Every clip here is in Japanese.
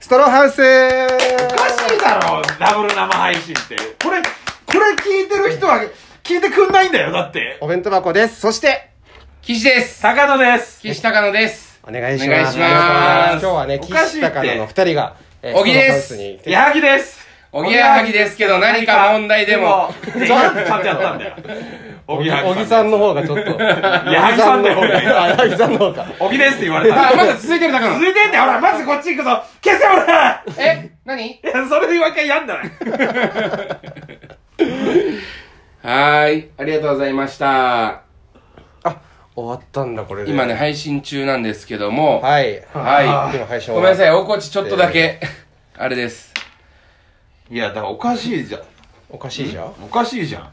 ストローハウスおかしいだろダブル生配信ってこれこれ聞いてる人は聞いてくんないんだよだってお弁当箱です。そして、岸です坂野です岸高野ですお願いしお願います。しま今す日はね、おかしい岸って高野の二人が、え小木ですストローハウスに来て矢作ですおぎやはぎですけど何か問題でもちゃんとやったんだよお小ぎ木や小は木ぎさんの方方がちょっと。矢作さんの方がいいあ矢作さんの方が。おぎですって言われたあまだ続いてる高野続いてんだよほらまずこっち行くぞ消せほらえ何いやそれで一回やんだなはーいありがとうございましたあ、終わったんだ、これで。今ね。配信中なんですけどもはい。は今配い信ごめんなさい。い大河内ちょっとだけあれですいやだからおかしいじゃんおかしいじゃん。おかしいじゃん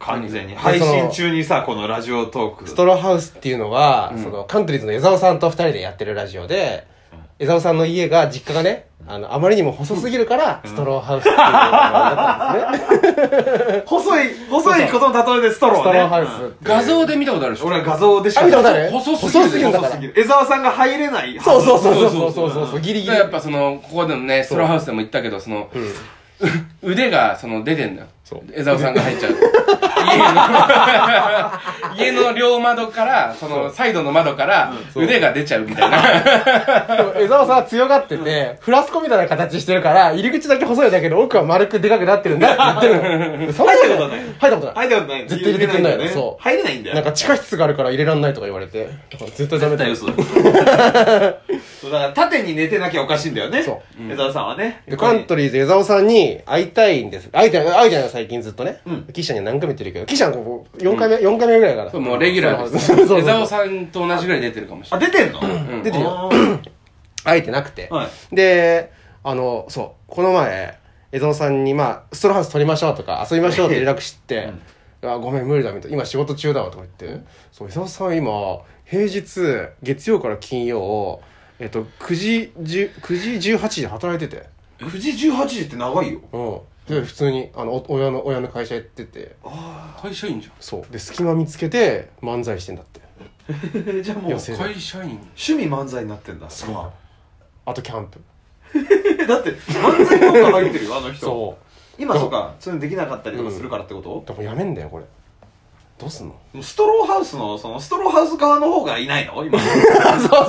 完全に配信中にさこのラジオトークストローハウスっていうのは、そのカントリーズの江澤さんと二人でやってるラジオで、江澤さんの家が、実家がね、あの、あまりにも細すぎるから、ストローハウスっていうのが生まれたんですね。細い細いことの例えでストローねストローハウス。画像で見たことあるでしょ俺は画像でしかあ、見たことある細すぎる細すぎるんだから細す。ぎる江澤さんが入れないそうそううそうそうそうそうそう、ギリギリ。やっぱそのここでもねストローハウスでも言ったけどその、う腕がその出てんだよそう江沢さんが入っち ゃう家の家の両窓からそのサイドの窓から腕が出ちゃうみたいなでも江沢さんは強がってて、フラスコみたいな形してるから、入り口だけ細いだけど、奥は丸くでかくなってるんだって言ってるの。そんな入ったことない入ったことない。入れたことない絶対入れてくんないのそう入れないんだよなんか地下室があるから入れらんないとか言われて、絶対ダメ絶だ対よ。嘘そうだから縦に寝てなきゃおかしいんだよねそ江澤さんはねで、カントリーズ江沢さんに会いたいんです。会いたい、会いたいの最近ずっとね。うん岸ちゃんには何回も言ってるけど、岸ちゃんここ4回目、四回目ぐらいだから。もうレギュラーですそうそうそう江沢さんと同じぐらい出てるかもしれあない出てんの出てるよ。あー会えてなくて、はであのそうこの前江蔵さんに、まあ「ストローハウス撮りましょう」とか「遊びましょう」って連絡して あ「ごめん無理だ」みたいな「今仕事中だわ」とか言ってそう江蔵さん今平日月曜から金曜えっと9時10 9時18時で働いてて9時18時って長いようんで普通にあのお親の親の会社行ってて会社員じそうで隙間見つけて漫才してんだってじゃあもう寄ゃせんで会社員趣味漫才になってんだそう あとキャンプだって漫才効果入ってるよあの人そ今そうかそういうのできなかったりとかするからってこと、うでもやめんだよこれどうすんのストローハウスの、その、ストローハウス側の方がいないの今。そう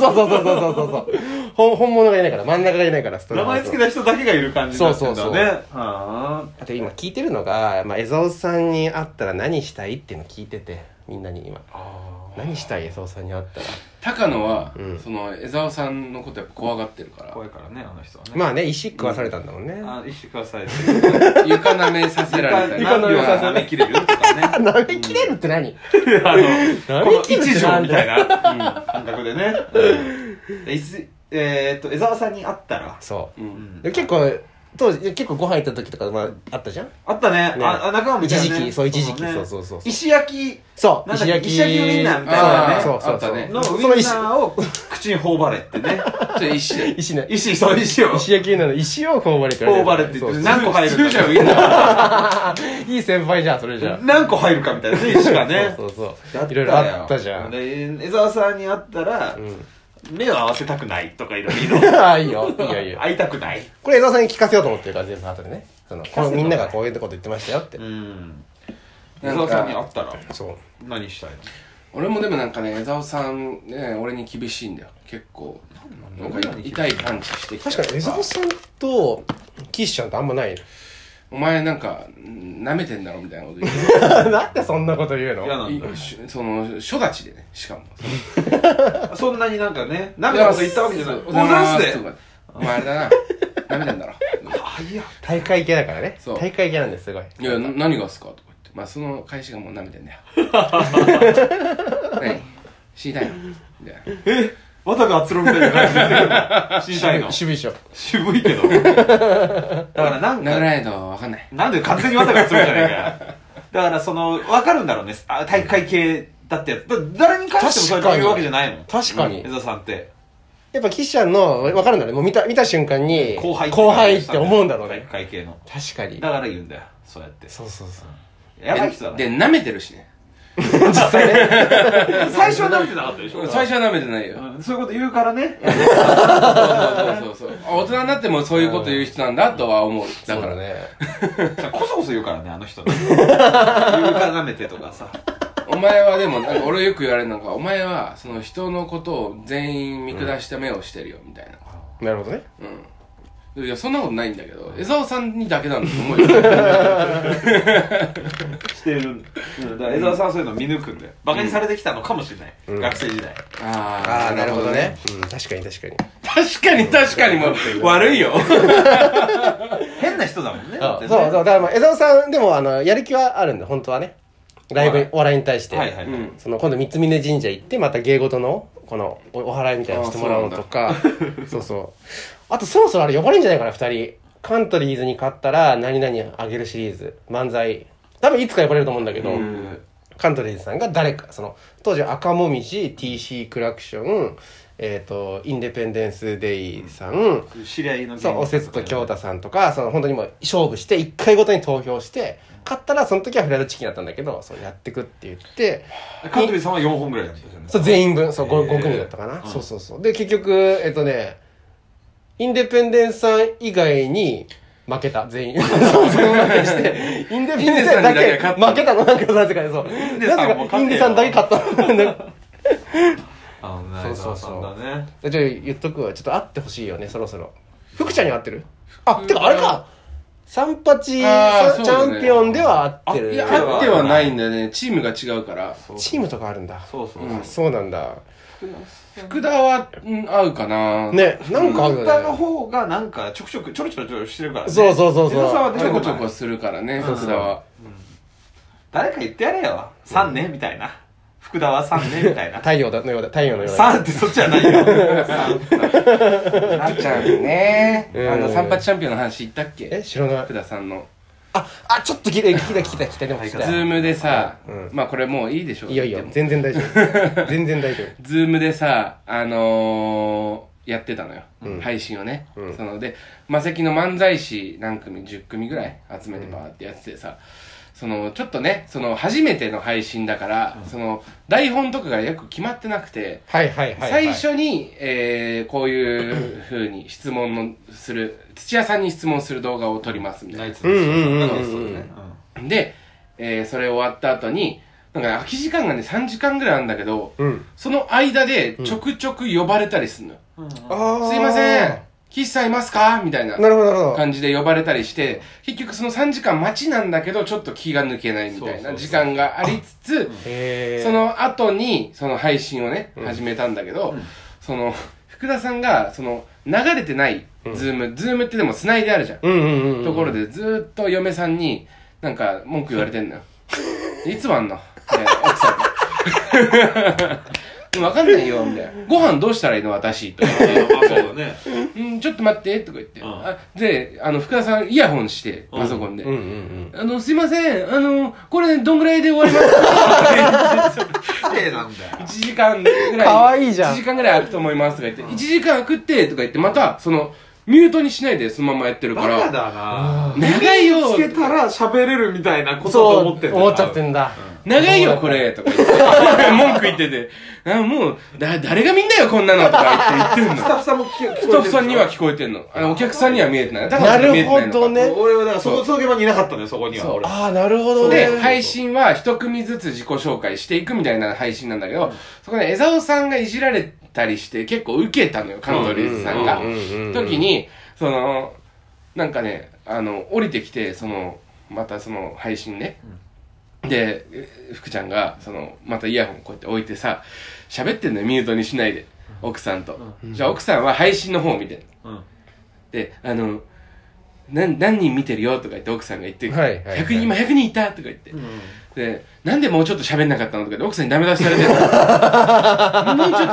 そうそうそうそうそうそう本本物がいないから真ん中がいないからスト名ローハウ前ス付けた人だけがいる感じになってんだよね。そうはあと今聞いてるのが、まあ、江蔵さんに会ったら何したいっていうの聞いててみんなに今あ何したい江蔵さんに会ったら高野は、うんその江沢さんのことやっぱ怖がってるか怖いからね、あの人はね。まあね石食わされたんだもんね、あ、あ、意識ください。ら床舐めさせら れたり何秒させられさせめ切れるとかね。舐めきれるって何あの、この舐め切る一ってな条んみだたよいなうん感覚でね。うんいつ、えーっと、江沢さんに会ったら。そう、ううんんで結構当時結構ご飯行った時とか、まあ、あったじゃんあったね。ねあ、あ仲間みたいなね。一時期そう一時期ねそうそうそうそう石焼きそうなんだ石っけ焼き石焼きのウインナーみたいなねあーそうそうあったねのウそうインそナの石ーを口に頬張れっ てね。ちょっと石で石ね石、そう、石を。石焼きなの石を頬張れって頬言わ張れれってる言そってう何個入るか普通じゃんウインナーいい先輩じゃんそれじゃん何個入るかみたいなね石がねそうそうそだよういろいろあったじゃんで江沢さんに会ったら、ん目を合わせたくないとかいろいろああいいよ いいよいいよ会いたくないこれ江澤さんに聞かせようと思ってるから全部後でねそのこせのようみんながこういうこと言ってましたよって、うん江なんか沢さんに会ったらそう何したいの俺もでもなんかね江沢さんね俺に厳しいんだよ結構なんか痛い感じしてきた確かに江澤さんと岸ちゃんってあんまないお前なんかん舐めてんだろみたいなこと言っ てなんでそんなこと言う嫌のなんだいしその初立ちでねしかもそんなになんかね何なこと言ったわけじゃないそうおざんすでおざますとかお前あれだな舐めてんだろはいや大会系だからねそう大会系なんですすごいいやな何がっすかとか言ってまあその返しがもう舐めてん だよ何知りたいのみたいなまたがあつろみたいな感じで 言ってくるの死にたいの守備所渋いけ どだからなん殴らかないと分かんないなんで完全に綿がつるじゃないかよだからその分かるんだろうねあ体育会系だってやつだ誰に関してもそうやって言うわけじゃないの確かに江澤さんってやっぱ岸ちゃんの分かるんだねもう見た見た瞬間に後輩後輩って思うんだろう体育ね会系の確かにだから言うんだよそうやってそうそうそうやばい人だでねで舐めてるしね実際ね 最初は舐めてなかったでしょ最初は舐めてないようんそういうこと言うからねそうそうそうそうあ大人になってもそういうこと言う人なんだとは思うだからねねこそこそ言うからねあ の人言うから舐めてとかさお前はでもなんか俺よく言われるのがお前はその人のことを全員見下した目をしてるよみたいななるほどねうんいやそんなことないんだけど江沢さんにだけなんだと思うよしてるんだから江澤さんはそういうの見抜くんだよバカにされてきたのかもしれない、ん学生時代 あーうん確かに確かに 確かに確かにもう悪いよ変な人だもんねだっそてうねそうだからまあ江澤さんでもあのやる気はあるんだ本当はねライブにお笑いに対して、はいはいはい、うんその今度三峯神社行ってまた芸事のこのおお祓いみたいなのしてもらうのとか そうそうあとそろそろあれ呼ばれるんじゃないかな2人カントリーズに勝ったら何々あげるシリーズ漫才多分いつか呼ばれると思うんだけど、うんカントリーズさんが誰かその当時赤もみじ TC クラクションえっ、とインデペンデンス・デイさん、知り合いの芸人そう、おせつと京太さんとか、その本当にもう勝負して、一回ごとに投票して、勝ったらその時はフライドチキンだったんだけど、そうやってくって言って、カントリーさんは4本ぐらいやってたじゃないそう全員分、そう 5, へー組だったかな、うんそうそうそう。で、結局、えっとね、インデペンデンスさん以外に負けた、全員。 そう、全員負けして、インデペンデンスさんだインデけさんにだけ勝った負けたの、なんかなぜかね、そう。インデさんなも勝てよぜかインデさんだけ勝った。なんかあのそねう江そう澤そさうんだねじゃあ言っとくわちょっと会ってほしいよねそろそろ福ちゃんには会ってるあてかあれかサンパチあーさそうチだねャンピオンでは会ってるいやあってはないんだよねチームが違うからチームとかあるんだそうそうそう、うんあそうなんだ福田は、うん、合うかなねなんかある歌のよね方がなんかちょくちょくちょろちょろちょろしてるから、ね、そうそうそうそう江澤さんはちちょょここちちょょここするからねうん福田は誰か言ってやれよ3年みたいな福田は3年みたいな太陽のようだ太陽のようだ3ってそっちはないよなっちゃんねうんあの三八チャンピオンの話言ったっえけ知らない福田さんのああちょっと聞いた聞いた聞いた聞いたでも聞いズたームでさうんまあこれもういいでしょいやいやでも全然大丈 夫全然大丈ズームでさあのーやってたのよ、うん配信をね、うんそのでマセキの漫才師何組10組ぐらい集めてバーってやっててさ、そのちょっとねその初めての配信だから、その台本とかがよく決まってなくて、夫はいはいはい最初に、えー、こう いうふうに質問のする土屋さんに質問する動画を撮りますみたいなナイツうんうんうんうんそうだねで、えーそれ終わった後になんか空き時間がね3時間ぐらいあるんだけどうんその間でちょくちょく呼ばれたりするのうよ、んあーすいません岸さんいますかみたいななるほどなるほど感じで呼ばれたりして結局その3時間待ちなんだけどちょっと気が抜けないみたいそうそうなそう時間がありつつへえその後にその配信をね始めたんだけど、うんその福田さんがその流れてないズーム、ズームってでも繋いであるじゃん、うんうんうんうんところでずーっと嫁さんになんか文句言われてん のよいつもあんの、ね、奥さんに でもわかんないよみたいなご飯どうしたらいいの私とかあそうだねうん、ちょっと待って、とか言って。うんあで、あの、福田さん、イヤホンして、うんパソコンで。うんうんうんあの、すいません、あの、これ、どんぐらいで終わりますか綺麗なんだよ ?1 時間ぐらい。可愛いじゃん1時間ぐらい空くと思います、とか言って。1時間空くって、とか言って、また、その、ミュートにしないで、そのままやってるかバカだら。な長いよつけたら喋れるみたいなことそとう思ってんだ思っちゃってんだ長いよ、これ、とか言って。文句言ってて。あもう、だ、誰が見んだよ、こんなの、とか言って言ってんスタの。ッフさんも聞こえてるスタッフさんには聞こえてんの。あの、お客さんには見えてない。だかなら見えるてないのかほどね俺はだからそこその現場にいなかったのよそこにはそう俺はああなるほどねで、配信は一組ずつ自己紹介していくみたいな配信なんだけど、そこで江沢さんがいじられたりして結構受けたのよ、カントリーズさんがうんうんうんうんうん。時に、その、なんかね、あの、降りてきて、その、またその配信ね。で、え福ちゃんが、その、またイヤホンこうやって置いてさ、喋ってんのよ、ミュートにしないで。奥さんと。じゃあ奥さんは配信の方を見てる。うんで、あの、なん何人見てるよとか言って奥さんが言って、はいはいはい100人、今100人いたとか言って、で、なんでもうちょっと喋んなかったのとかで奥さんにダメ出しされてるもうちょっと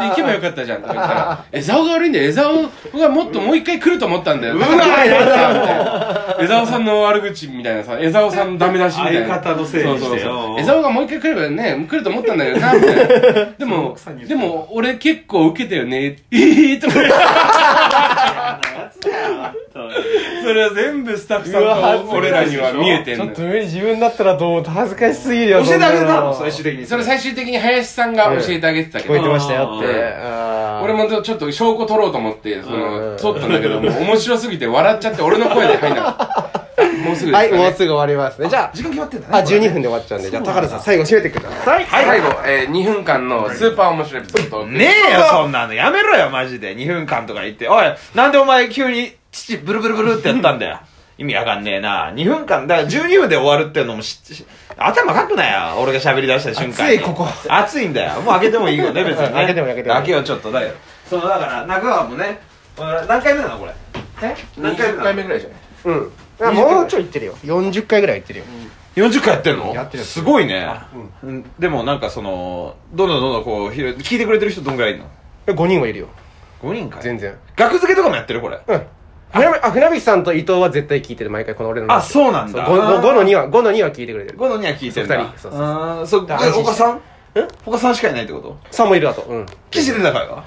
行けばよかったじゃんとか言ったら、江沢が悪いんだよ、江沢がもっともう一回来ると思ったんだよ。うわー江沢江沢さんの悪口みたいなさ、江沢さんのダメ出しみたいな。相方のせいにしてよそうそうそう江沢がもう一回来ればね、来ると思ったんだけどな、みたいな。でも奥さんに、で言ったも俺結構受けたよね、ええとか言って嫌なやつだよ本当にそれは全部スタッフさんと俺らには見えてんちょのっと無理自分だったらどう恥ずかしすぎるよ教えてあげそんたなのの最終的にそれ最終的に林さんが教えてあげてたけ聞こえてどましたよってうんあー俺もちょっと証拠取ろうと思ってそうんの取ったんだけどもう面白すぎて笑っちゃって俺の声で入んなかったもうすぐですかねはいもうすぐ終わりますねじゃ時間決まってんだねああ12分こで終わっちゃうんでじゃあ高田さん最後締めてくださいはい最後、えー、2分間のスーパー面白いエピソードをおれ送りねえよそんなのやめろよマジで2分間とか言っておいなんでお前急に父ブルブルブルってやったん だよ意味わかんねえな2分間だから12分で終わるっていうのもしし頭かくなよ俺が喋り出した瞬間に熱いここ熱いんだよもう開けてもいいよね別にね 開けても開けても開けようちょっとだよそのだから中川もね俺何回目なのこれえ何回目20な回の目ぐらいじゃないうんあもうちょい行ってるよ40回ぐらい行ってるよ40回やってんのやってるやってるすごいね、うんでもなんかそのどんどんどんどんこうひろ聞いてくれてる人どんぐらいいるの5人はいるよ5人かい全然額付けとかもやってるこれうん船引あ船引さんと伊藤は絶対聞いてる毎回この俺の話あそうなんだそう 5, の2は5の2は聞いてくれてる5のには聞いてるんだそう二人そうそうそうあーそうだから他さんえ他さんしかいないってこと3もいるだとうん岸出たからは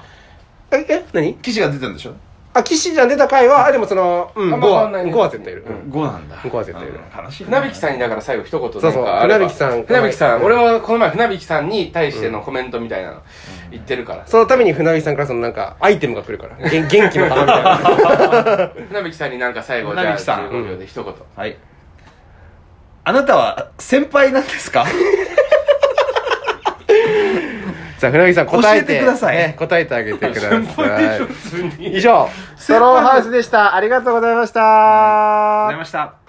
ええ何岸が出てるんでしょあ岸じゃん出た回はあでもその、うん、あ5んま変わんなはいね5は絶対いる、うん5なんだ五は絶対いるうん悲しいな船引さんにだから最後一言そうそうなんかあれば船引さん船引さん、うん俺はこの前船引さんに対してのコメントみたいなの言ってるから、そのために船引さんからそのなんかアイテムが来るからげん元気の玉みたいな船引さんになんか最後じ船ゃ引あさん15秒で一言、はいあなたは先輩なんですかさあ船引さん答えて教えてくださいね答えてあげてください先輩でしょ普通に以上ソロンハウスでしたありがとうございました ありがとうございました